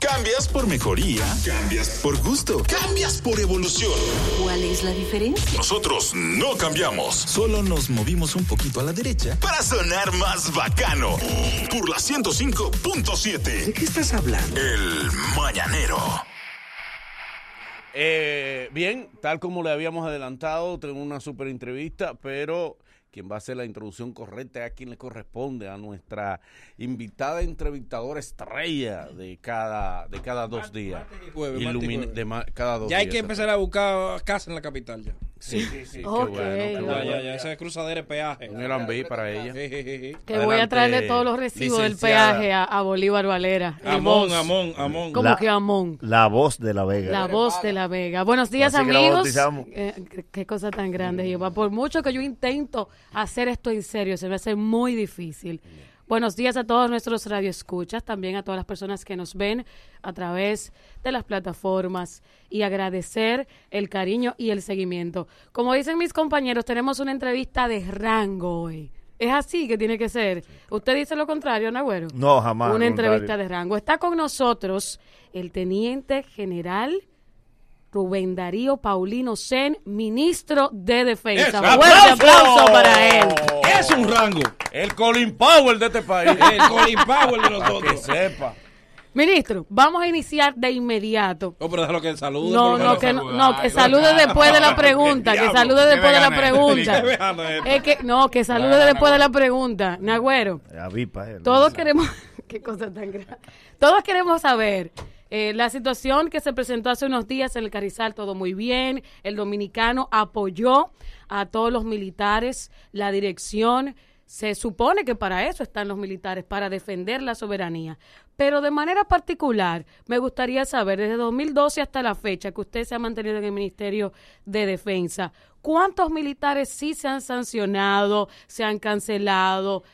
Cambias por mejoría. Cambias por gusto. Cambias por evolución. ¿Cuál es la diferencia? Nosotros no cambiamos. Solo nos movimos un poquito a la derecha para sonar más bacano. Por la 105.7. ¿De qué estás hablando? El Mañanero. Eh, bien, tal como le habíamos adelantado, tengo una super entrevista, pero quien va a hacer la introducción correcta es a quien le corresponde, a nuestra invitada entrevistadora estrella de cada, de cada dos días. jueves, martes y Ilumina- jueves. de ma- cada dos Ya hay días, que empezar a buscar casa en la capital ya. Sí, sí, sí. Qué Ok, bueno, qué ok. Ya, bueno. ya, ya. Esa es cruzadera de peaje. Un Airbnb para ella. Sí, sí, sí, sí. Que voy a traerle Adelante, todos los recibos del licenciada. peaje a, a Bolívar Valera. El Amón, boss. amón, amón. ¿Cómo La- que Amón? La voz de la Vega. La voz de la Vega. Buenos días, Así que la amigos. bautizamos. Eh, qué- qué cosa tan grande, Jehová. Por mucho que yo intento hacer esto en serio, se me hace muy difícil. Buenos días a todos nuestros radioescuchas, también a todas las personas que nos ven a través de las plataformas y agradecer el cariño y el seguimiento. Como dicen mis compañeros, tenemos una entrevista de rango hoy. Es así que tiene que ser. ¿Usted dice lo contrario, Nagüero? No, jamás. Una al entrevista contrario. de rango. Está con nosotros el teniente general Rubén Darío Paulino Sen, ministro de Defensa. ¡Eso! Fuerte aplauso para él. Es un rango. El Colin Powell de este país. El Colin Powell Para de que nosotros. sepa. Ministro, vamos a iniciar de inmediato. No, pero déjalo que él salude. por No, lo no, menos. que, no, no, que salude después de la pregunta, que salude después de la pregunta. Qué vegano es. Es que, no, que salude después de la pregunta. Nagüero. La vipa. eh, Todos la- queremos, qué cosa tan grave. Todos queremos saber eh, la situación que se presentó hace unos días en el Carrizal, todo muy bien. El dominicano apoyó a todos los militares, la dirección. Se supone que para eso están los militares, para defender la soberanía. Pero de manera particular, me gustaría saber, desde 2012 hasta la fecha que usted se ha mantenido en el Ministerio de Defensa, ¿cuántos militares sí se han sancionado, se han cancelado?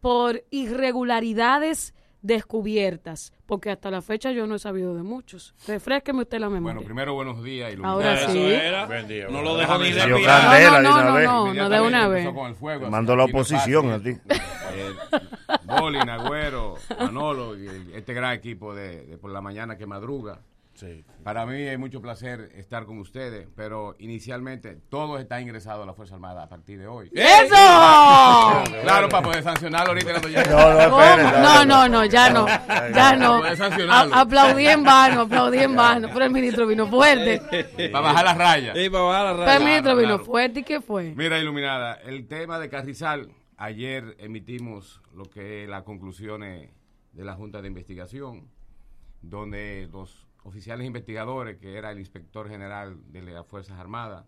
por irregularidades descubiertas, porque hasta la fecha yo no he sabido de muchos. Refresqueme usted la memoria. Bueno, primero buenos días. Ilumina. Ahora Eso sí. era. Buen día, No buen lo día. dejo ni Dios respirar. candela No, no, de una no, vez. no, no, de una vez. Empezó con el fuego, Te así mandó que la aquí no es fácil. oposición a ti. Eh, Bolin, Agüero, Manolo, y el- este gran equipo de, de por la mañana que madruga. Sí. Para mí es mucho placer estar con ustedes, pero inicialmente todo está ingresado a la Fuerza Armada a partir de hoy. ¡Eso! Claro, para poder sancionarlo ahorita cuando llegue. No, no, ¿Cómo? espere, No, no, no, ya no, ya no. Puede sancionarlo. A- aplaudí en vano, aplaudí en vano, pero el ministro vino fuerte. Para bajar las rayas. Sí, para bajar la Pero raya. el ministro vino claro. fuerte, ¿y qué fue? Mira, Iluminada, el tema de Carrizal, ayer emitimos lo que es las conclusiones de la Junta de Investigación, donde los oficiales investigadores, que era el inspector general de las Fuerzas Armadas,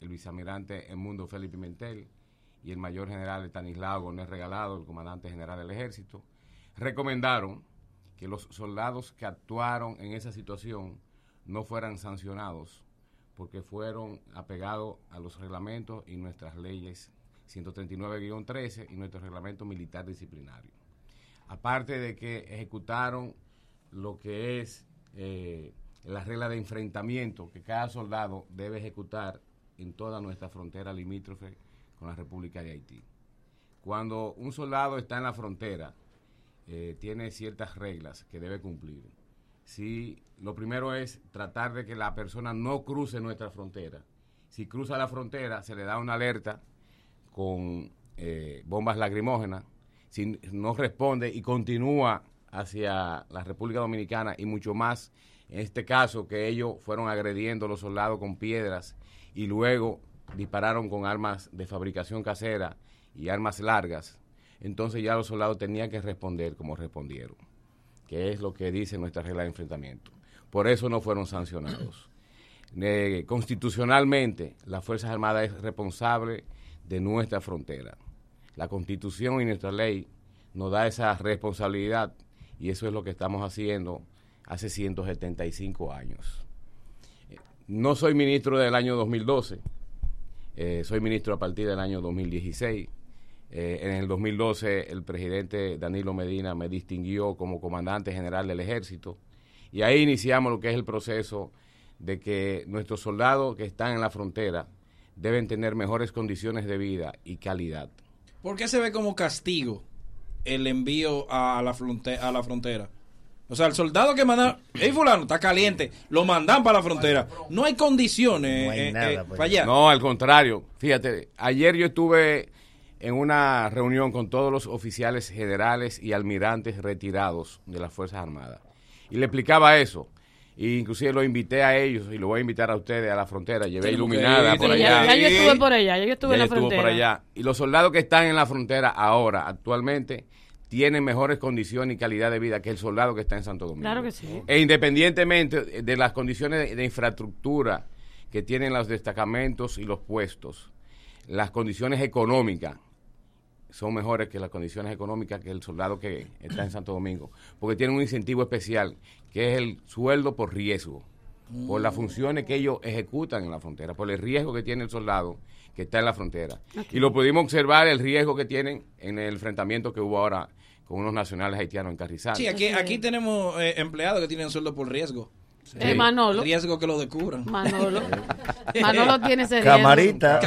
el vicealmirante Edmundo Félix Pimentel y el mayor general Estanislao Gómez Regalado, el comandante general del ejército, recomendaron que los soldados que actuaron en esa situación no fueran sancionados porque fueron apegados a los reglamentos y nuestras leyes 139-13 y nuestro reglamento militar disciplinario. Aparte de que ejecutaron lo que es eh, la regla de enfrentamiento que cada soldado debe ejecutar en toda nuestra frontera limítrofe con la República de Haití. Cuando un soldado está en la frontera, eh, tiene ciertas reglas que debe cumplir. Si lo primero es tratar de que la persona no cruce nuestra frontera. Si cruza la frontera, se le da una alerta con eh, bombas lacrimógenas. Si no responde y continúa hacia la República Dominicana y mucho más, en este caso que ellos fueron agrediendo a los soldados con piedras y luego dispararon con armas de fabricación casera y armas largas, entonces ya los soldados tenían que responder como respondieron, que es lo que dice nuestra regla de enfrentamiento. Por eso no fueron sancionados. Eh, constitucionalmente, las Fuerzas Armadas es responsable de nuestra frontera. La Constitución y nuestra ley nos da esa responsabilidad y eso es lo que estamos haciendo hace 175 años. Eh, No soy ministro del año 2012, eh, soy ministro a partir del año 2016. Eh, en el 2012 el presidente Danilo Medina me distinguió como comandante general del ejército y ahí iniciamos lo que es el proceso de que nuestros soldados que están en la frontera deben tener mejores condiciones de vida y calidad. ¿Por qué se ve como castigo el envío a la, fronte- a la frontera? O sea, el soldado que mandan, hey fulano, está caliente, lo mandan para la frontera. No hay condiciones No hay eh, nada, eh, pues. para allá. No, al contrario. Fíjate, ayer yo estuve en una reunión con todos los oficiales generales y almirantes retirados de las Fuerzas Armadas. Y le explicaba eso. Y inclusive lo invité a ellos y lo voy a invitar a ustedes a la frontera. Llevé Tenemos que iluminada ir, por tenemos allá. ya, ya yo estuve por allá, ya yo estuve Ya en la estuvo por frontera. allá. Y los soldados que están en la frontera ahora, actualmente, tienen mejores condiciones y calidad de vida que el soldado que está en Santo Domingo. Claro que sí. E independientemente de las condiciones de, de infraestructura que tienen los destacamentos y los puestos, las condiciones económicas son mejores que las condiciones económicas que el soldado que está en Santo Domingo, porque tienen un incentivo especial, que es el sueldo por riesgo, por las funciones que ellos ejecutan en la frontera, por el riesgo que tiene el soldado que está en la frontera. Y lo pudimos observar, el riesgo que tienen en el enfrentamiento que hubo ahora con unos nacionales haitianos en Carrizal. Sí, aquí, aquí tenemos eh, empleados que tienen sueldo por riesgo. Eh, Manolo. Riesgo que lo descubran. Manolo. Manolo tiene ese riesgo. Camarita.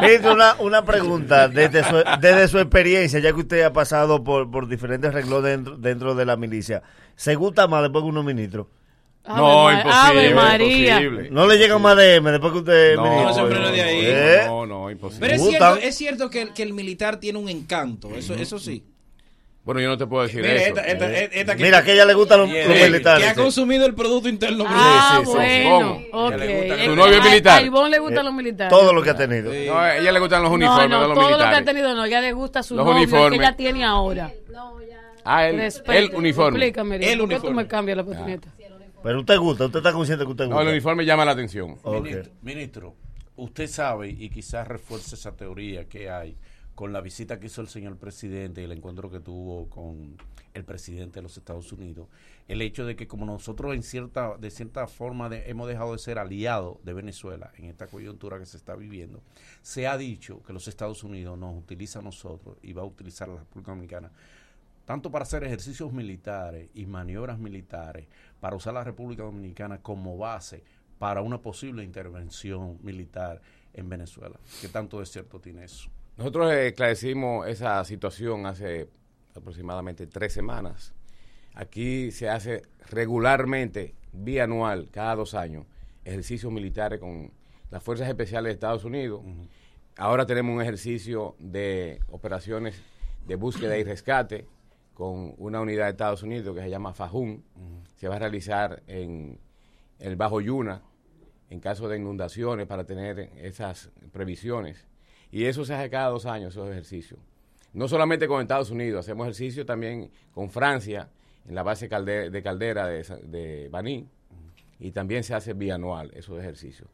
Mire, una, una pregunta desde su, desde su experiencia, ya que usted ha pasado por, por diferentes renglones dentro, dentro de la milicia. ¿Se gusta más después que uno ministro? No, Ave Ma- imposible. Ave María. imposible. ¿No le llega más DM después que eh, usted es No, ministro? ese hombre no es de ahí. ¿Eh? No, no, imposible. Pero es Me cierto, gustan. es cierto que, el- que el militar tiene un encanto, eso, eso sí. Bueno, yo no te puedo decir Mira, eso. esta, esta- esta- esta que, Mira, que a ella le gustan los, que- eh. los que militares. ha consumido el Producto Interno Bruto. Ah, Sí, sí, sí. bueno. ¿Cómo? ok. Ya le gusta- Eh, ¿Tu novio es a- militar? A Ivonne le gustan Eh, los militares. Todo lo que ha tenido. No, a ella le gustan los uniformes no, de no, los todo lo que militares. ha tenido no, ya le gusta su Los novio uniformes. que ella tiene ahora. Ah, el, Respeto. el uniforme. Explícame, El ¿por qué tú uniforme. me cambias la patineta? Pero usted gusta, usted está consciente que usted No, gusta. el uniforme llama la atención. Ok. Ministro, ministro, usted sabe y quizás refuerce esa teoría que hay con la visita que hizo el señor presidente y el encuentro que tuvo con el presidente de los Estados Unidos, el hecho de que como nosotros en cierta de cierta forma de- hemos dejado de ser aliados de Venezuela en esta coyuntura que se está viviendo, se ha dicho que los Estados Unidos nos utiliza a nosotros y va a utilizar a la República Dominicana tanto para hacer ejercicios militares y maniobras militares, para usar la República Dominicana como base para una posible intervención militar en Venezuela. ¿Qué tanto de cierto tiene eso? Nosotros eh, esclarecimos esa situación hace aproximadamente tres semanas. Aquí se hace regularmente, bianual, cada dos años, ejercicios militares con las Fuerzas Especiales de Estados Unidos. Ahora tenemos un ejercicio de operaciones de búsqueda y rescate con una unidad de Estados Unidos que se llama Fajun. Se va a realizar en el Bajo Yuna, en caso de inundaciones, para tener esas previsiones. Y eso se hace cada dos años, esos ejercicios. No solamente con Estados Unidos, hacemos ejercicio también con Francia, en la base calde- de Caldera de, Sa- de Baní, y también se hace bianual esos ejercicios.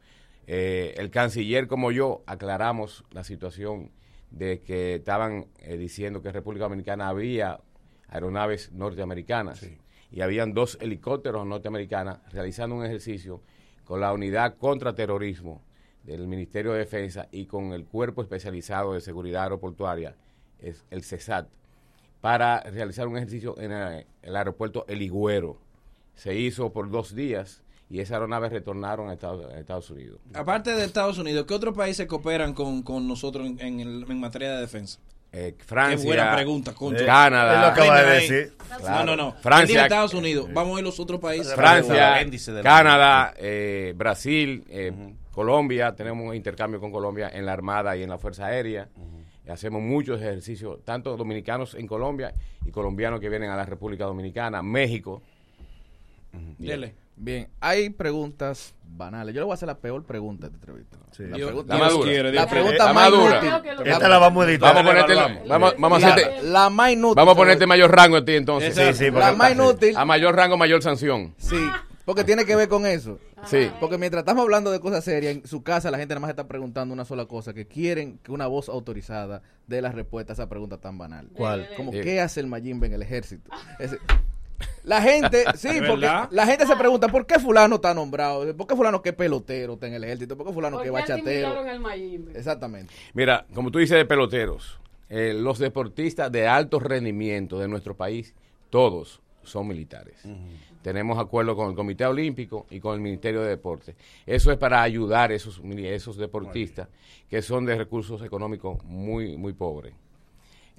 Eh, el canciller como yo aclaramos la situación de que estaban eh, diciendo que en República Dominicana había aeronaves norteamericanas y habían dos helicópteros norteamericanas realizando un ejercicio con la unidad contra terrorismo del Ministerio de Defensa y con el Cuerpo Especializado de Seguridad Aeroportuaria, es el CESAT, para realizar un ejercicio en eh, el aeropuerto El Higüero. Se hizo por dos días y esas aeronaves retornaron a Estados, a Estados Unidos. Aparte de Estados Unidos, ¿qué otros países cooperan con, con nosotros en, en el- en materia de defensa? Eh, Francia, Qué buena pregunta, concho. Eh, Canadá. Él lo acaba de Ahí. decir. Claro. No, no, no. Francia- Él dijo Estados Unidos. Vamos a ver los otros países. Francia, El índice de la- Canadá, eh, Brasil, eh, Colombia, tenemos un intercambio con Colombia en la Armada y en la Fuerza Aérea. Hacemos muchos ejercicios, tanto dominicanos en Colombia y colombianos que vienen a la República Dominicana, México. Dele. Bien, hay preguntas banales. Yo le voy a hacer la peor pregunta de esta entrevista. Sí. La, Dios- pregunta- La Dios madura. quiere, Dios la quiere. pregunta La más madura. inútil. Creo que lo- Esta la vamos a editar. Vamos a ponerte, evaluamos. vamos, vamos a La, hacerte, la más inútil. vamos a ponerte mayor rango a ti entonces. Esa- Sí, sí, porque- La más inútil. A mayor rango, mayor sanción. Sí, porque tiene que ver con eso. Sí. Porque mientras estamos hablando de cosas serias, en su casa la gente nada más está preguntando una sola cosa, que quieren que una voz autorizada dé la respuesta a esa pregunta tan banal. ¿Cuál? Como, Sí. ¿qué hace el Mayimbe en el ejército? Es decir, la gente, sí, ¿De porque verdad? la gente se pregunta, ¿por qué fulano está nombrado? ¿Por qué fulano que pelotero está en el ejército? ¿Por qué fulano ¿Por que qué asimilaron bachatero? el Mayimbe? Exactamente. Mira, como tú dices de peloteros, eh, los deportistas de alto rendimiento de nuestro país, todos son militares. Tenemos acuerdo con el Comité Olímpico y con el Ministerio de Deportes. Eso es para ayudar a esos, mili- esos deportistas que son de recursos económicos muy, muy pobres.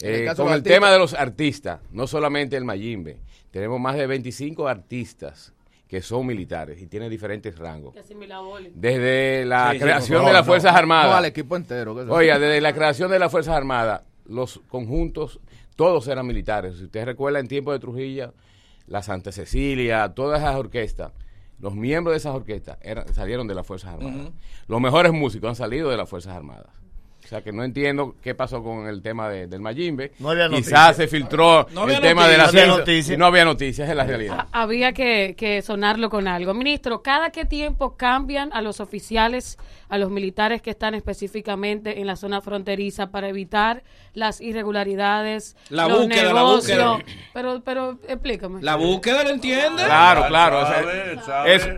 En el Eh, caso con de el artistas- tema de los artistas, no solamente el Mayimbe, tenemos más de 25 artistas que son militares y tienen diferentes rangos. Que asimila boli. Desde la Sí, sí, creación no, de no. las Fuerzas No, al Armadas. equipo entero. que se- Oiga, desde la creación de las Fuerzas Armadas, los conjuntos, todos eran militares. Si usted recuerda en tiempo de Trujillo, la Santa Cecilia, todas esas orquestas, los miembros de esas orquestas eran- salieron de las Fuerzas Armadas. Los mejores músicos han salido de las Fuerzas Armadas. O sea que no entiendo qué pasó con el tema de- del Mayimbe. No había Quizás noticias. se filtró No el había tema noticias. de No la había censo- noticias. y No había noticias, es la Ah, realidad. Había que, que sonarlo con algo. Ministro, ¿cada qué tiempo cambian a los oficiales, a los militares que están específicamente en la zona fronteriza para evitar las irregularidades, La los búsqueda, la negocios? búsqueda. Pero, pero explícame. La búsqueda, ¿lo entiende? Claro, claro. Sabe, o sea, sabe. es-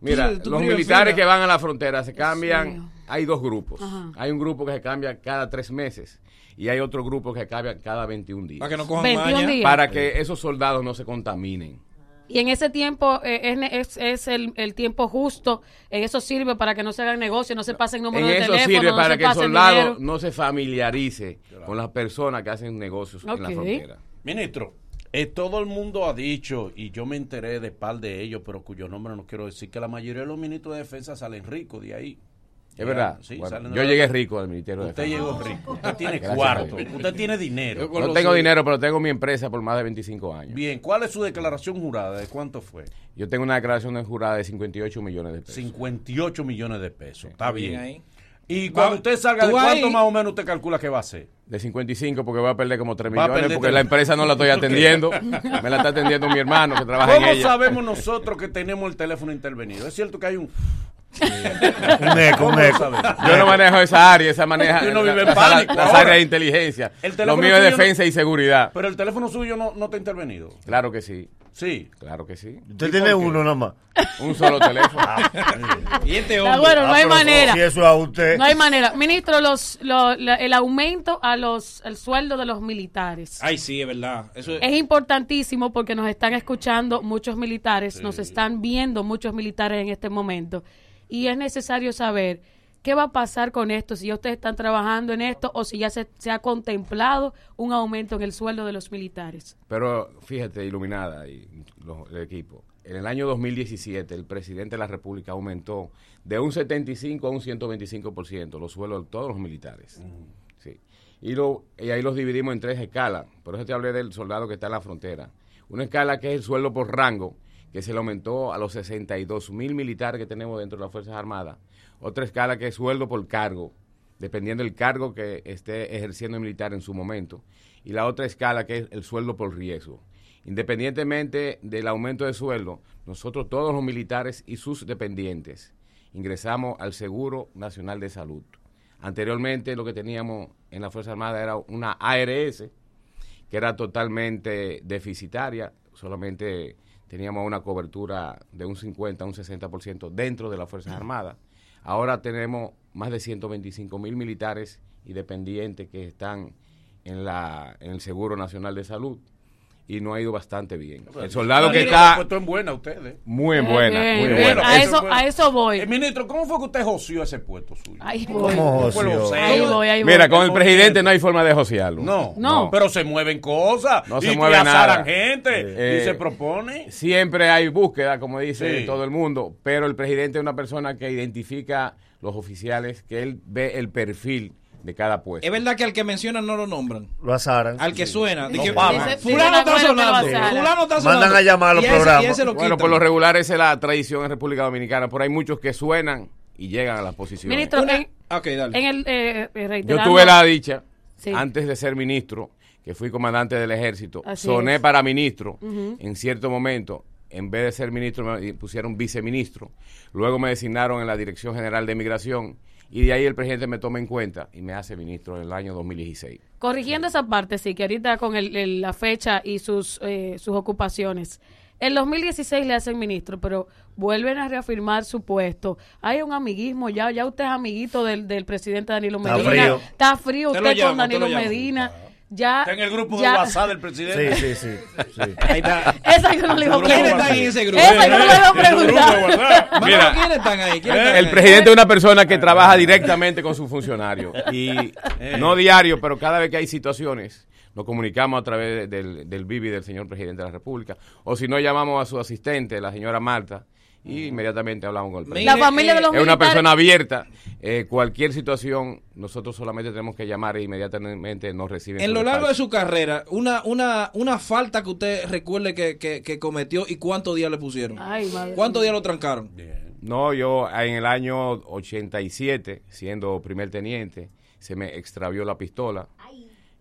mira, Tú- tú los frío, militares frío. que van a la frontera se mío. cambian. Hay dos grupos. Ajá. Hay un grupo que se cambia cada tres meses y hay otro grupo que se cambia cada 21 días. Para que no cojan 21 maña. días. ¿eh? Para que esos soldados no se contaminen. Y en ese tiempo eh, es, ne- es, es el, el tiempo justo. En eso sirve para que no se hagan negocios, no se pasen números en de eso teléfono, sirve no para se que el pasen soldado dinero. no se familiarice con las personas que hacen negocios en la Ok. frontera. Ministro, eh, todo el mundo ha dicho, y yo me enteré de par de ellos, pero cuyo nombre no quiero decir, que la mayoría de los ministros de defensa salen ricos de ahí. Es verdad. Sí, Bueno, salen de yo la- llegué rico al Ministerio de Usted Defensa. llegó rico. Usted tiene Gracias, cuarto. Javier. Usted tiene dinero. Con No los- tengo dinero, pero tengo mi empresa por más de 25 años. Bien, ¿cuál es su declaración jurada? ¿De cuánto fue? Yo tengo una declaración de jurada de 58 millones de pesos. 58 millones de pesos. Está bien. ahí. Y cuando Va- usted salga, ¿de tú cuánto ahí- más o menos usted calcula que va a ser? De 55 porque voy a perder como 3 Va a millones perder porque tres. la empresa no la estoy atendiendo. Me la está atendiendo mi hermano que trabaja en ¿Cómo ella. sabemos nosotros que tenemos el teléfono intervenido? Es cierto que hay un... Un eco, ¿Cómo un lo echo. sabemos? Yo no manejo esa área, esa maneja Uno vive en las áreas- pánico las ahora. áreas de inteligencia. El Lo teléfono mío es tuyo no- defensa y seguridad. Pero el teléfono suyo no, no está intervenido. Claro que sí, Sí. claro que sí. Usted tiene uno nomás. Un solo teléfono. Y este Está hombre. bueno, no Ah, hay pero manera. Si eso es a usted. No hay manera. Ministro, los, lo- la- el aumento a los, al sueldo de los militares. Ay, sí, es verdad. Eso es- Es importantísimo porque nos están escuchando muchos militares, nos están viendo muchos militares en este momento. Y es necesario saber qué va a pasar con esto, si ya ustedes están trabajando en esto o si ya se, se ha contemplado un aumento en el sueldo de los militares. Pero fíjate, iluminada y los- el equipo. En el año 2017 el presidente de la República aumentó de un 75 a un 125% los sueldos de todos los militares. Sí. Y, lo, y ahí los dividimos en tres escalas. Por eso te hablé del soldado que está en la frontera. Una escala que es el sueldo por rango, que se le aumentó a los 62 mil militares que tenemos dentro de las Fuerzas Armadas. Otra escala que es sueldo por cargo, dependiendo del cargo que esté ejerciendo el militar en su momento. Y la otra escala que es el sueldo por riesgo. Independientemente del aumento de sueldo, nosotros todos los militares y sus dependientes ingresamos al Seguro Nacional de Salud. Anteriormente lo que teníamos en la Fuerza Armada era una ARS, que era totalmente deficitaria, solamente teníamos una cobertura de un 50 a un 60% dentro de las Fuerzas Armadas. Ahora tenemos más de 125 mil militares y dependientes que están en, la, en el Seguro Nacional de Salud y no ha ido bastante bien. El soldado que Lo está puesto en buena ustedes. muy en Bien, buena, bien, muy bien. buena. Eh, A eso- a eso voy. Eh, ministro, ¿cómo fue que usted joció ese puesto suyo? Ahí voy. ¿Cómo Fue lo ocio? sé. Ahí voy, ahí voy. Mira, con el Por presidente cierto. no hay forma de josearlo. No, No. pero se mueven cosas. No y se mueve que asaran nada. gente. Eh, y se propone. Siempre hay búsqueda, como dice Sí. todo el mundo, pero el presidente es una persona que identifica los oficiales, que él ve el perfil de cada puesto. es verdad que al que mencionan no lo nombran. Lo azaran. Al que suena. de No que, pagan. fulano, Dice- dice está Manuel que lo sonando. azaran. Fulano está Mandan sonando. a llamar a los Y ese- y programas. ese lo bueno, quitan. por lo regular esa es la tradición en República Dominicana, por hay muchos que suenan y llegan a las posiciones. Ministro, Una- en, Ah, Ok, dale. en el... eh, eh, Yo reiterando- tuve la dicha, Sí. antes de ser ministro, que fui comandante del ejército, Así soné es. para ministro en cierto momento. En vez de ser ministro, me pusieron viceministro. Luego me designaron en la Dirección General de Migración. Y de ahí el presidente me toma en cuenta y me hace ministro en el año 2016. Corrigiendo esa parte, sí, que ahorita con el- el- la fecha y sus, eh, sus ocupaciones. En 2016 le hacen ministro, pero vuelven a reafirmar su puesto. Hay un amiguismo ya, ya usted es amiguito del, del presidente Danilo Está Medina. frío. Está frío Te usted lo con llamo, te lo Danilo llamo. Medina. Ya, Está en el grupo ya- de WhatsApp del Sí, presidente. sí, sí. sí. Ahí está. Esa yo no le iba a ¿Quiénes preguntar. están en ese grupo? Esa yo no le iba a El grupo de preguntar. WhatsApp. Manolo, Mira. ¿quiénes están ahí? ¿Quiénes están Eh, El ahí? presidente es una persona que trabaja directamente con sus funcionarios. Y no diario, pero cada vez que hay situaciones, nos comunicamos a través de- del, del BIBI del señor presidente de la República, o si no, llamamos a su asistente, la señora Marta, y inmediatamente hablamos con el presidente. La familia de los Es una militares- persona abierta. Eh, cualquier situación, nosotros solamente tenemos que llamar e inmediatamente nos reciben. En su lo largo de despacho. su carrera, una, una, una falta que usted recuerde que, que- que cometió y cuántos días le pusieron. Ah, Ay, madre ¿Cuántos días lo trancaron? No, yo en el año 87, siendo primer teniente, se me extravió la pistola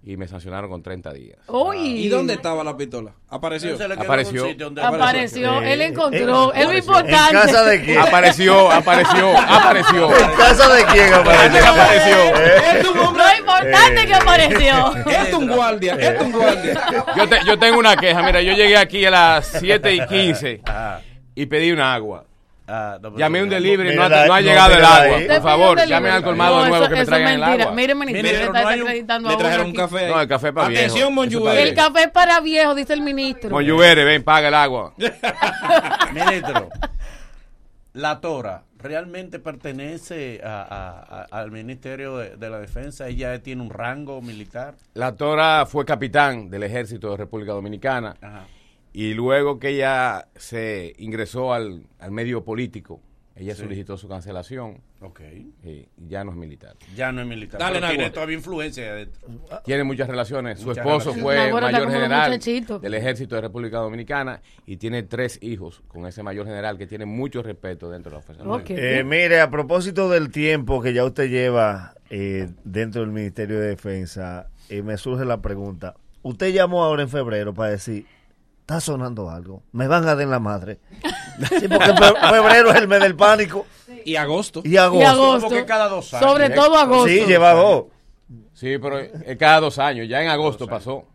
y me sancionaron con 30 días. Uy. ¿Y dónde estaba la pistola? Apareció. Se le quedó en Apareció. un sitio donde Apareció, Eh, él encontró, eh, es lo apareció. importante. ¿En casa de quién? Apareció, apareció, apareció. ¿En casa de quién apareció? Apareció. Es un hombre. Lo importante que apareció. Eh, Es un guardia. Es un guardia. Yo, te- yo tengo una queja. Mira, yo llegué aquí a las 7 y 15 y pedí un agua. Ah, no, pero- Llamé un delivery, no ha, Mira la- no ha no, llegado el mira la- agua. ahí. Por favor, llamen al colmado No, de nuevo eso- que me eso traigan el mentira. agua. Mire, ministro, Mire, le pero está no hay un- desacreditando Le a uno trajeron un aquí. café. ahí. No, el café para viejo. Atención, Monjuve. El café es para viejos, dice el ministro. Monlluvere, ven, paga el agua. Ministro, la Tora realmente pertenece a- a- a- al Ministerio de, de la Defensa. Ella tiene un rango militar. La Tora fue capitán del ejército de República Dominicana. Ajá. Y luego que ella se ingresó al, al medio político, ella solicitó su cancelación Ok. eh, y ya no es militar. Ya no es militar. Dale, pero tiene Nagua. todavía influencia ahí adentro. Tiene muchas relaciones. Su Muchas esposo relaciones. fue Nagora está mayor como un general muchachito. del ejército de República Dominicana y tiene tres hijos con ese mayor general que tiene mucho respeto dentro de la fuerza. Ok. Eh, mire, a propósito del tiempo que ya usted lleva eh, dentro del Ministerio de Defensa, eh, me surge la pregunta. Usted llamó ahora en febrero para decir, está sonando algo, me van a dar en la madre. Sí, porque fe- febrero es el mes del pánico Y agosto. y agosto. Y agosto. Porque cada dos años. Sobre todo agosto. Sí, lleva dos. Sí, pero es cada dos años. Ya en agosto pasó.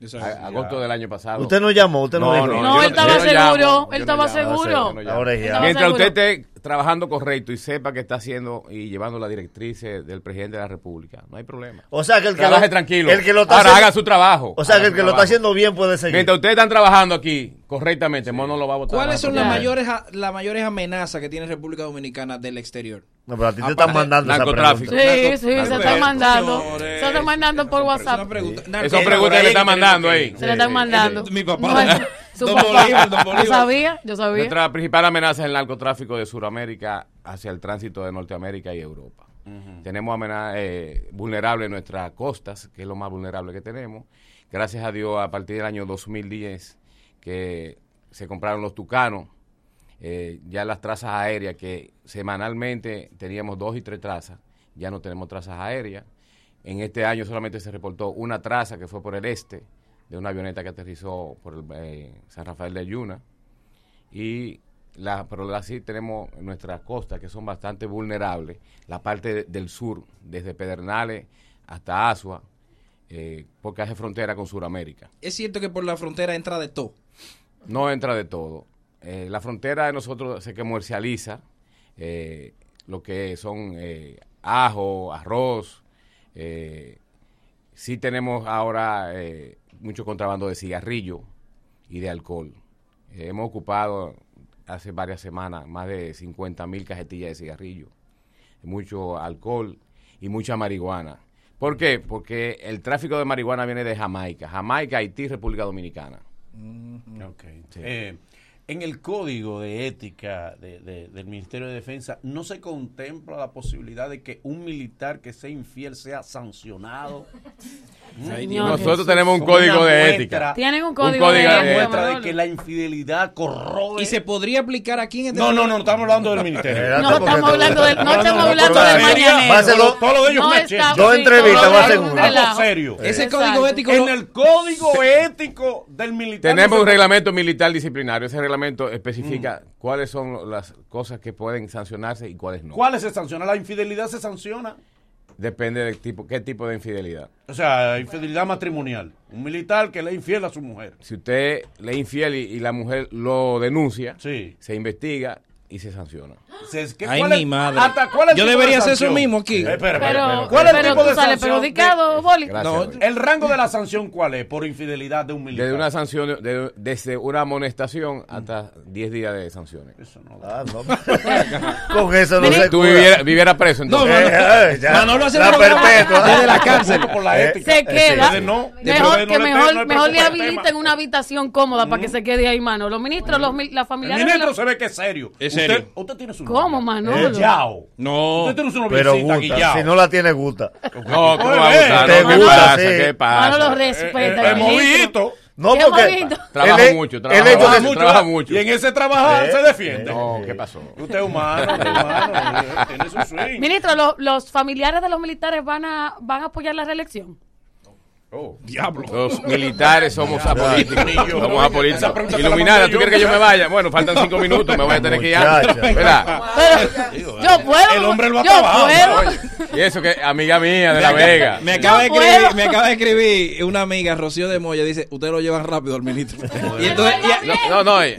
Exacto. A- agosto del año pasado. Usted no llamó, usted no, dijo. No, yo él estaba yo seguro, llamo, él yo estaba llamo. seguro. Yo no llamo. Ahora ya. Estaba Mientras seguro. usted esté trabajando correcto y sepa que está haciendo y llevando las directrices del presidente de la República, no hay problema. O sea que el que, Trabaje lo, tranquilo. el que lo está Ahora haciendo, haga su trabajo. O sea que Haga el su que lo trabajo. está haciendo bien puede seguir. Mientras ustedes están trabajando aquí correctamente, Mono lo va a votar. ¿Cuáles son las Ya. mayores, a- las mayores amenazas que tiene República Dominicana del exterior? no, pero a ti te están Aparte- mandando esa Ah, Narcotráfico. pregunta. Sí, sí, se Narco- está Narco- mandando. Señores, Se está mandando por Es una WhatsApp. pregunta. Esas Narco- preguntas le están mandando ahí. Se le están mandando. Mi papá. No es- su Don papá. Bolívar, don Bolívar. Yo sabía, yo sabía. Nuestra principal amenaza es el narcotráfico de Sudamérica hacia el tránsito de Norteamérica y Europa. Tenemos amenaza eh, vulnerable nuestras costas, que es lo más vulnerable que tenemos. Gracias a Dios, a partir del año 2010, que se compraron los tucanos, eh, ya las trazas aéreas, que semanalmente teníamos dos y tres trazas, ya no tenemos trazas aéreas. En este año solamente se reportó una traza que fue por el este, de una avioneta que aterrizó por el, eh, San Rafael de Yuna y la, pero así tenemos nuestras costas que son bastante vulnerables, la parte de- del sur, desde Pedernales hasta Asua, eh, porque hace frontera con Sudamérica. Es cierto que por la frontera entra de todo. No entra de todo. Eh, la frontera de nosotros se comercializa eh, lo que son eh, ajo, arroz. eh, sí tenemos ahora eh, mucho contrabando de cigarrillo y de alcohol. Eh, hemos ocupado hace varias semanas más de 50 mil cajetillas de cigarrillo, mucho alcohol y mucha marihuana. ¿Por qué? Porque el tráfico de marihuana viene de Jamaica, Jamaica, Haití, República Dominicana. Mm. Ok. Eh, en el código de ética de- de- del Ministerio de Defensa no se contempla la posibilidad de que un militar que sea infiel sea sancionado. Señor Nosotros Jesús. tenemos un Como código una de muestra. ética. Tienen un Un código, código Una de ética, muestra de Manolo. que la infidelidad corroe. Y se podría aplicar aquí en este No, no, no, estamos hablando del Ministerio. Espérate, No porque estamos te- hablando del- no estamos porque hablando va a del ser- mañanero. va a ser dos- Todo lo de ellos No una está- chelcha. Dos sí, entrevistas, todo va es seguro. un Algo relajo. serio. Ese Exacto. código ético En no- el código ético del militar. Tenemos un no se- reglamento militar disciplinario. Ese reglamento especifica Mm. cuáles son las cosas que pueden sancionarse y cuáles no. ¿Cuáles se sancionan? La infidelidad se sanciona. Depende del tipo, qué tipo de infidelidad. O sea, infidelidad matrimonial. Un militar que le es infiel a su mujer. Si usted le es infiel y, y la mujer lo denuncia, Sí. Ah. se investiga y se sanciona. Se- ¿qué- Ay, cuál es- mi madre. ¿Hasta cuál es el Yo tipo de debería hacer eso sanción? mismo aquí. Eh, espera, espera, Pero, espera. ¿Cuál es el pero tipo de tú sales sanción? Eh, perjudicado, Boli. Gracias. De- ¿El rango de la sanción cuál es? Por infidelidad de un militar. Desde una sanción, de- desde una amonestación hasta Mm. 10 días de sanciones. Eso no da. Ah, no. Con eso no Miren. se Tú cura. vivieras viviera preso No, entonces. Manolo, Eh, eh, ya. Manolo hace el La programa perpetua. desde la cárcel. Por la Eh, ética. Se queda. Desde este, no- Mejor desde no le- no que mejor, le mejor le preocupa el habiliten tema. una habitación cómoda para que se quede ahí, mano. Los ministros, los, mil- las El familiares. de ministro los- se ve que es serio. Es serio. Usted, usted tiene su ¿Cómo, novia. Manolo? Guillao. No. Usted tiene su Pero noviecita, gusta. Guillao. Si no la tiene, gusta. No, ¿cómo va a Oye, abusar? te No, ¿Qué gusta, pasa? sí. ¿Qué Manolo pasa? Ah, respeta. Eh, eh, el ministro. movidito. No, Qué porque. bonito. el Trabaja he- mucho, el hecho trabaja de- Trabaja mucho, mucho, trabaja ¿verdad? mucho. Y en ese trabajar Eh, se defiende. No, ¿qué pasó? Usted es humano, usted es humano. eh, Tiene su swing. Ministro, lo- los familiares de los militares van a, van a apoyar la reelección. Diablo. Los militares somos apolíticos. Ni yo. Somos Esa apolíticos. pregunta te la Iluminada, mandé ¿tú yo. quieres que yo me vaya? Bueno, faltan cinco minutos, me voy a tener que ir. Muchacha. ¿Verdad? Pero, yo puedo. Ah, el hombre lo ha yo trabajado, puedo. Oye, Y eso que, amiga mía de La Vega. Me acaba, de No puedo. escribir, me acaba de escribir una amiga, Rocío de Moya, dice, ustedes lo llevan rápido al ministro. Y entonces- y- No, No, no, eh,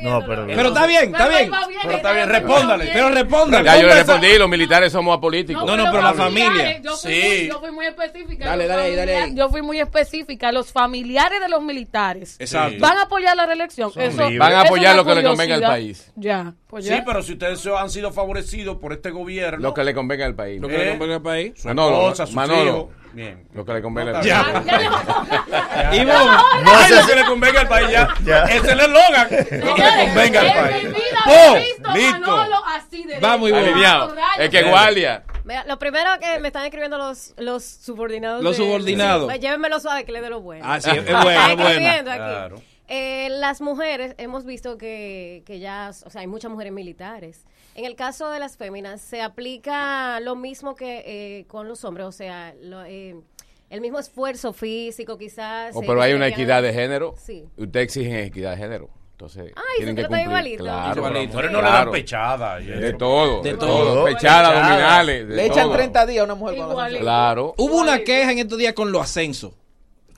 No, pero. pero está bien, está bien. Pero está bien, respóndale. Pero responda. ya yo le Responda esa- respondí, los militares somos apolíticos. No, no, pero la familia. Yo fui, Sí. muy, yo fui muy específica. Dale, Los dale ahí, familiares- dale ahí. Yo fui muy específica. Los familiares de los militares Exacto. van a apoyar la reelección. Eso- libres. Van a eso apoyar es una lo que le convenga al curiosidad. país. Ya, pues ya. Sí, pero si ustedes se han sido favorecidos por este gobierno, eh, Lo que le convenga al país. Eh, Lo que le convenga al país. su Manolo, esposa, sus Manolo. hijos, bien. Lo que le convenga al No, país. Ya. Ah, ya llegó. Y vos, No Ay, sé lo si- que le convenga al país ya. Ya. Ese es el eslogan. Lo que le convenga al En mi país. vida ¡Po! había visto a Listo. Manolo así de Vamos, derecho. Ivonne. Aliviado. Rayos. Es que Guardia. Vea, lo primero que me están escribiendo los, los subordinados. Los subordinados. Sí, Pues llévenmelo suave, que le dé lo bueno. Ah, sí, es bueno, es Están bueno. escribiendo aquí. Claro. Eh, las mujeres, hemos visto que, que ya, o sea, hay muchas mujeres militares. En el caso de las féminas, se aplica lo mismo que eh, con los hombres, o sea, lo, eh, el mismo esfuerzo físico quizás. Oh, eh, pero hay una que- equidad de género. Sí. Ustedes exigen equidad de género. Entonces, Ay, tienen se trata que cumplir. igualito. Claro, Pero a las Igualito. mujeres no le Claro. dan pechada. y De eso. todo. De De todo. todo. Pechadas, Pechadas. abdominales. de Le echan todo. 30 días a una mujer con la Igualito. Claro. hubo una queja en estos días con los ascensos.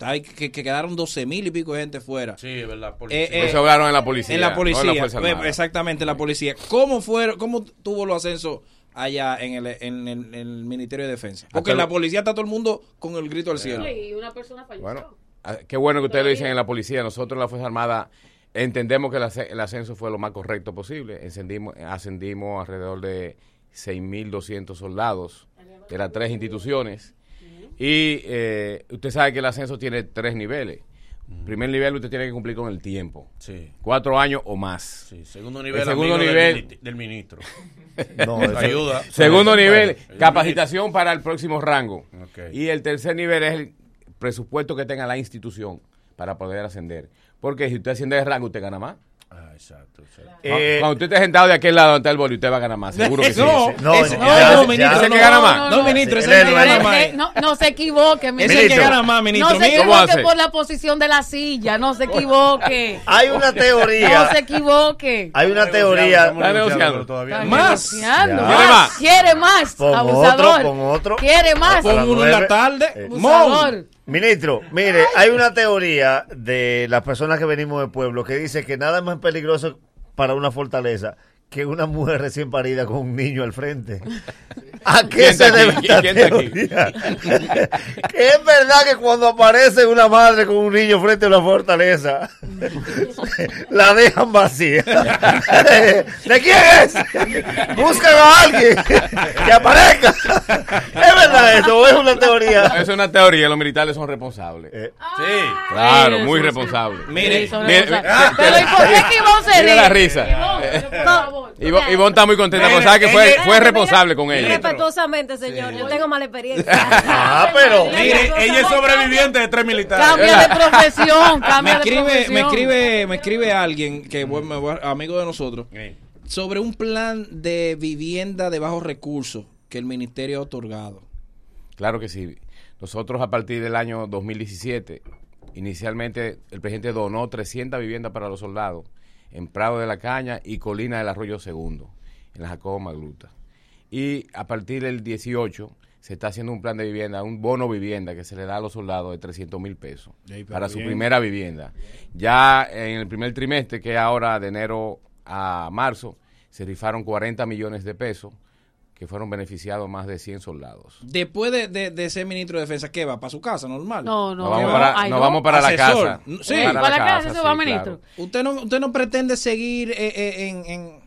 Ay, Que, que quedaron 12 mil y pico de gente fuera. Sí, es verdad. por- Eh, eh, Eso hablaron en la policía. en la policía. no en la Fuerza Eh, Armada. exactamente, en la policía. ¿Cómo fueron, cómo tuvo los ascensos allá en el, en, el- en el Ministerio de Defensa? Porque en la policía está todo el mundo con el grito al cielo. Eh, Y una persona falleció. Bueno, ah, qué bueno que ustedes lo dicen en la policía. Nosotros en la Fuerza Armada entendemos que el asce- el ascenso fue lo más correcto posible. Encendimos, ascendimos alrededor de 6.200 soldados de las tres instituciones. Y eh, usted sabe que el ascenso tiene tres niveles. Primer nivel, usted tiene que cumplir con el tiempo. Sí. Cuatro años o más. Sí, segundo nivel, El segundo amigo nivel- del, mini- del ministro. No, eso- Ayuda. Segundo Ayuda. nivel, Ayuda. capacitación para el próximo rango. Ok. Y el tercer nivel es el presupuesto que tenga la institución para poder ascender. Porque si usted asciende de rango, usted gana más. Ah, exacto, exacto. Eh, Cuando usted esté sentado de aquel lado ante el boli, usted va a ganar más. Seguro que sí. no, No, ese- ya, no, no, ya. ministro. Ese no, que gana más. No, ministro, ese Ese es el que no es gana el más. Eh, no, no se equivoque, Ese es el que Ministro. gana más, ministro. No se Mira, ¿Cómo equivoque hace? por la posición de la silla, no se equivoque. Hay una No teoría. se equivoque. Hay una Estamos negociando, teoría. estamos negociando, negociando. pero todavía no. Más. Negociando, Ya. ¿Quiere más. más? Quiere más. Pon abusador. otro, pon otro. Quiere más. Pon uno en la nueve. tarde. Eh. Mon. Abusador. Ministro, mire, hay una teoría de las personas que venimos del pueblo que dice que nada es más peligroso para una fortaleza que una mujer recién parida con un niño al frente. ¿A qué ¿Quién está se debe aquí? esta ¿Quién está aquí? teoría? que es verdad que cuando aparece una madre con un niño frente a una fortaleza, la dejan vacía. ¿De quién es? Buscan a alguien que aparezca. ¿Es verdad eso o es una teoría? Eso es una teoría, los militares son responsables. Eh, Ah. Sí. Claro, Ay, muy Jesús. responsables. Mire, Eso no mire, es cosa. mire, Pero ¿y por qué que Ivonne se Mira la ríe? risa. Ivonne, por favor. Ivonne Ivonne está muy contenta, porque sabe que fue, Ella- fue responsable con ella. Respetuosamente, señor, yo tengo mala experiencia. Ah, pero. Mire, ella es sobreviviente de tres militares. Cambia de profesión, me cambia de escribe, profesión. me escribe, me escribe alguien que bueno, me voy a- amigo de nosotros sobre un plan de vivienda de bajos recursos que el ministerio ha otorgado. Claro que sí. Nosotros a partir del año 2017, inicialmente el presidente donó 300 viviendas para los soldados en Prado de la Caña y Colina del Arroyo Segundo, en la Jacobo Magluta. Y a partir del 18 se está haciendo un plan de vivienda, un bono vivienda que se le da a los soldados de 300 mil pesos para su primera vivienda. Ya en el primer trimestre, que es ahora de enero a marzo, se rifaron 40 millones de pesos que fueron beneficiados más de 100 soldados. Después de, de- de ser ministro de defensa, ¿qué va? ¿Para su casa, normal? No, no, Nos vamos no, para- ay, nos no. vamos para la Asesor. casa. Sí. Para Para la casa, se va, sí, ministro. Usted no, usted no pretende seguir eh, eh, en, en-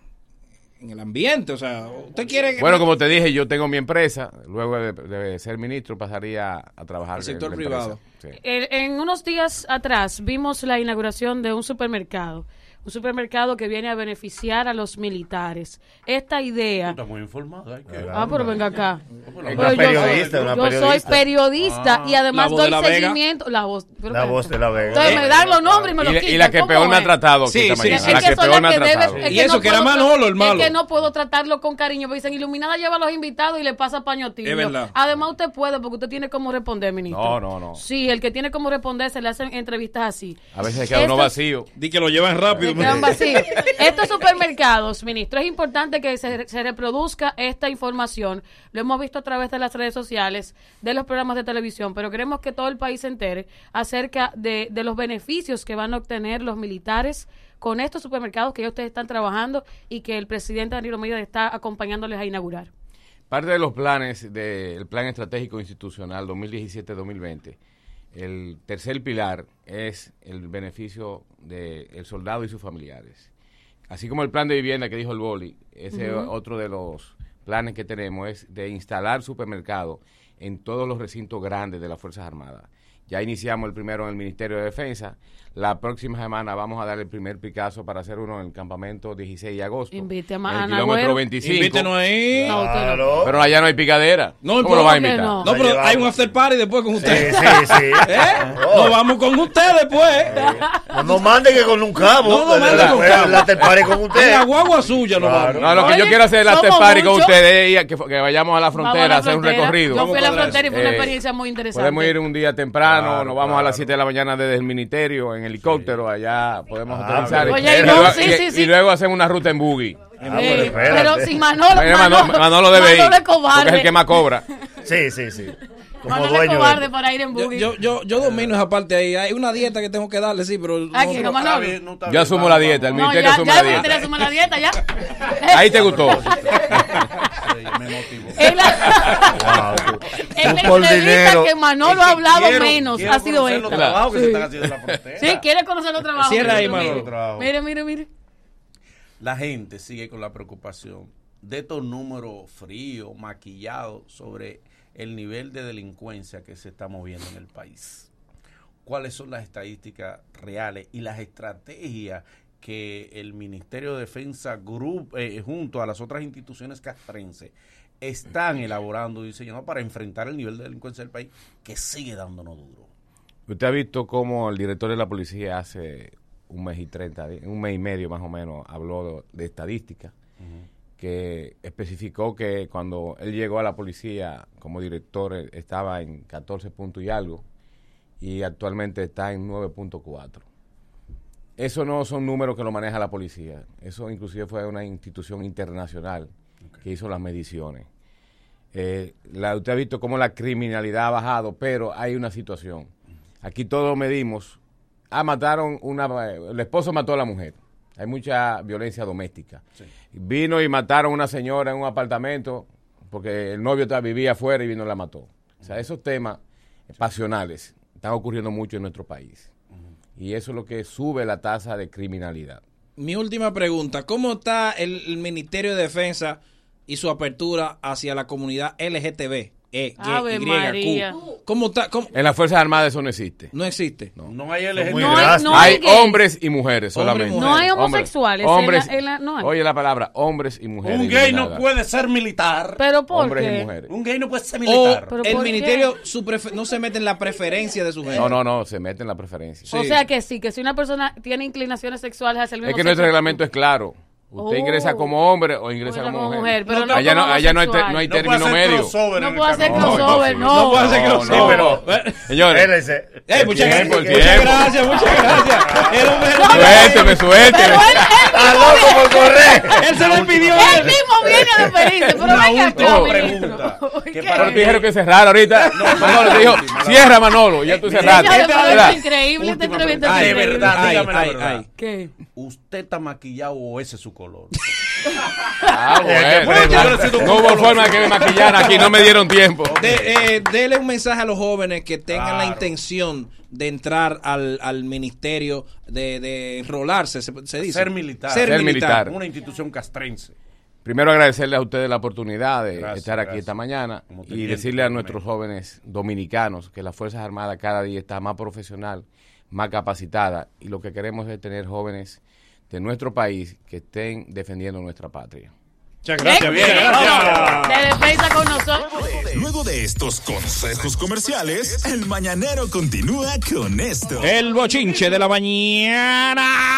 en el ambiente, o sea, usted quiere... que- Bueno, como te dije, yo tengo mi empresa. Luego de, de ser ministro pasaría a trabajar Al sector en la empresa. privado. Sí. Eh, En unos días atrás vimos la inauguración de un supermercado. Un supermercado que viene a beneficiar a los militares. Esta idea. Está muy informado. hay que- Ah, pero venga acá. Una Pero yo periodista, soy- una yo soy periodista. periodista y Ah. además La voz de doy la Vega. seguimiento. La voz, pero La espérate. voz de la Vega. Entonces me dan los nombres y me Y, los la- quitan. y la que ¿Cómo peor me ha es? tratado aquí Sí, esta sí, sí, mañana. sí. La Es que son peor me ha las que tratado. debe- es Y eso que era puedo tra- Manolo, el malo. Es que no puedo tratarlo con cariño. Me dicen, iluminada lleva a los invitados y le pasa paño tibio. Es verdad. Además, usted puede porque usted tiene cómo responder, ministro. No, no, no. Sí, el que tiene cómo responder se le hacen entrevistas así. A veces queda uno Estos- vacío. Di que lo llevan rápido. se quedan vacíos. Estos supermercados, ministro, es importante que se, se reproduzca esta información. Lo hemos visto a través de las redes sociales, de los programas de televisión, pero queremos que todo el país se entere acerca de, de los beneficios que van a obtener los militares con estos supermercados que ya ustedes están trabajando y que el presidente Danilo Medina está acompañándoles a inaugurar. Parte de los planes del Plan Estratégico Institucional 2017-2020, el tercer pilar es el beneficio del soldado y sus familiares. Así como el plan de vivienda que dijo el Boli, ese otro de los planes que tenemos es de instalar supermercados en todos los recintos grandes de las Fuerzas Armadas. Ya iniciamos el primero en el Ministerio de Defensa. La próxima semana vamos a dar el primer Picasso para hacer uno en el campamento 16 de agosto. Invite a en Ana el kilómetro Agüero. 25. Invítenos ahí. No, usted no. Claro. Pero allá no hay picadera. No, ¿Cómo lo va a ¿por qué invitar? no? No, pero La hay un llevamos. after party después con Sí, ustedes. sí, sí. ¿Eh? Oh, Nos vamos con ustedes, pues. no nos mande que con un cabo. No nos mande la- con la- cabo. La te pare con En usted. la guagua suya nos Claro. No, lo que Oye, yo quiero hacer es la somos party con muchos. ustedes y a que, que vayamos a la Vamos frontera a hacer un frontera. recorrido. Yo fui a la Vamos a frontera y fue una Eh, experiencia muy interesante. Podemos ir un día temprano, Claro, nos vamos a las claro. 7 de la mañana desde el ministerio en helicóptero, allá podemos Ah, aterrizar y, pero- Oye, y y no, luego, sí, y- sí, y sí. luego hacemos una ruta en buggy. Ah, Sí, Eh, pero pero, espérate. sin Manolo, Mira, Manolo, Manolo, Manolo debe Manolo ir, es porque es el cobarde. que más cobra. Sí, sí, sí. Como Manolo es dueño. cobarde de- para ir en Yo, buggy. yo, yo, yo domino esa parte ahí. Hay una dieta que tengo que darle, sí, pero. Ay, no- Ah, que no- no- Está bien, no está Yo bien, asumo vamos, la dieta, el vamos, no, ministerio ya, asume ya la el ministerio dieta. asume la dieta, ya. Ahí te gustó. vamos. Me motivó. En la, Wow, tú- en la tú por entrevista dinero. que Manolo ha hablado menos quiero ha sido conocer los esta. trabajos que se están haciendo en la frontera. Sí, quiere conocer los trabajos. Cierra ahí, Mire, Manolo. Trabajo. Mire, mire, mire. La gente sigue con la preocupación de estos números fríos, maquillados, sobre el nivel de delincuencia que se está moviendo en el país. ¿Cuáles son las estadísticas reales y las estrategias que el Ministerio de Defensa gru- eh, junto a las otras instituciones castrenses están elaborando y diseñando para enfrentar el nivel de delincuencia del país que sigue dándonos duro? Usted ha visto cómo el director de la policía hace un mes y treinta, di- un mes y medio más o menos, habló de, de estadística, que especificó que cuando él llegó a la policía como director eh, estaba en 14 puntos y algo, y actualmente está en 9.4. Eso no son números que lo maneja la policía, eso inclusive fue una institución internacional que hizo las mediciones. Eh, la, usted ha visto cómo la criminalidad ha bajado, pero hay una situación. Aquí todos medimos. Ah, mataron una. eh, El esposo mató a la mujer. Hay mucha violencia doméstica. Vino y mataron a una señora en un apartamento porque el novio ta- vivía afuera y vino y la mató. O sea, esos temas pasionales están ocurriendo mucho en nuestro país. Y eso es lo que sube la tasa de criminalidad. Mi última pregunta: ¿Cómo está el, el Ministerio de Defensa y su apertura hacia la comunidad LGTB? E, Ave Y, Y, Q. María. ¿Cómo está? ¿Cómo? En las Fuerzas Armadas eso no existe. No existe. No hay muy elegibilidad. No hay, no hay hay gays. hombres y mujeres Hombre y solamente. mujer. No hay Hombres- homosexuales, en Hombres, la- en la- no hay. Oye la palabra, hombres y mujeres. Un gay no eliminada. puede ser militar. Pero ¿por Hombres y qué? mujeres. Un gay no puede ser O militar. Pero el ¿por qué? Ministerio su prefe- no se mete en la preferencia de su gente. No, no, no, se mete en la preferencia. O Sí. sea que sí, que si una persona tiene inclinaciones sexuales hacia el mismo Es que nuestro sexo- reglamento es claro. Usted Oh. ingresa como hombre o ingresa Ingresa como, como mujer. mujer, pero no allá no, como allá no hay, te- homosexual. no hay No puede término hacer medio. crossover en No el puedo hacer camino. crossover, no, no. No puede ser No, crossover. no, Señores, LC. Ey, muchas El gracias, tiempo, el muchas tiempo. gracias, muchas gracias. El hombre- suélteme, suélteme. Ah, ¡Está loco por correr! Él se lo pidió. Él mismo viene a despedirse, pero Una venga última acá, pregunta. ministro. Que ¿Qué? para Pero te dijeron que cerrar ahorita. Manolo te dijo, cierra Manolo, ya tú cerraste. Señores, pero es ¿Verdad? increíble esta Última entrevista. pregunta. es De increíble. verdad, dígame la Ay, ay, verdad. ay. ¿Qué? ¿Usted está maquillado o ese es su color? Ah, Eh, qué bueno. pregunta. No hubo forma que me maquillara aquí, no me dieron tiempo. De- eh, dele un mensaje a los jóvenes que tengan la intención de entrar al, al ministerio, de, de enrolarse, se, se dice. Ser militar. Ser, Ser militar. militar. Una institución castrense. Primero agradecerle a ustedes la oportunidad de Gracias, estar aquí gracias. esta mañana Como y teniente, decirle a por lo nuestros jóvenes dominicanos que las Fuerzas Armadas cada día está más profesional, más capacitada y lo que queremos es tener jóvenes de nuestro país que estén defendiendo nuestra patria. Muchas gracias, bien, gracias. De defensa con nosotros. Luego de estos consejos comerciales, el mañanero continúa con esto. El bochinche de la mañana.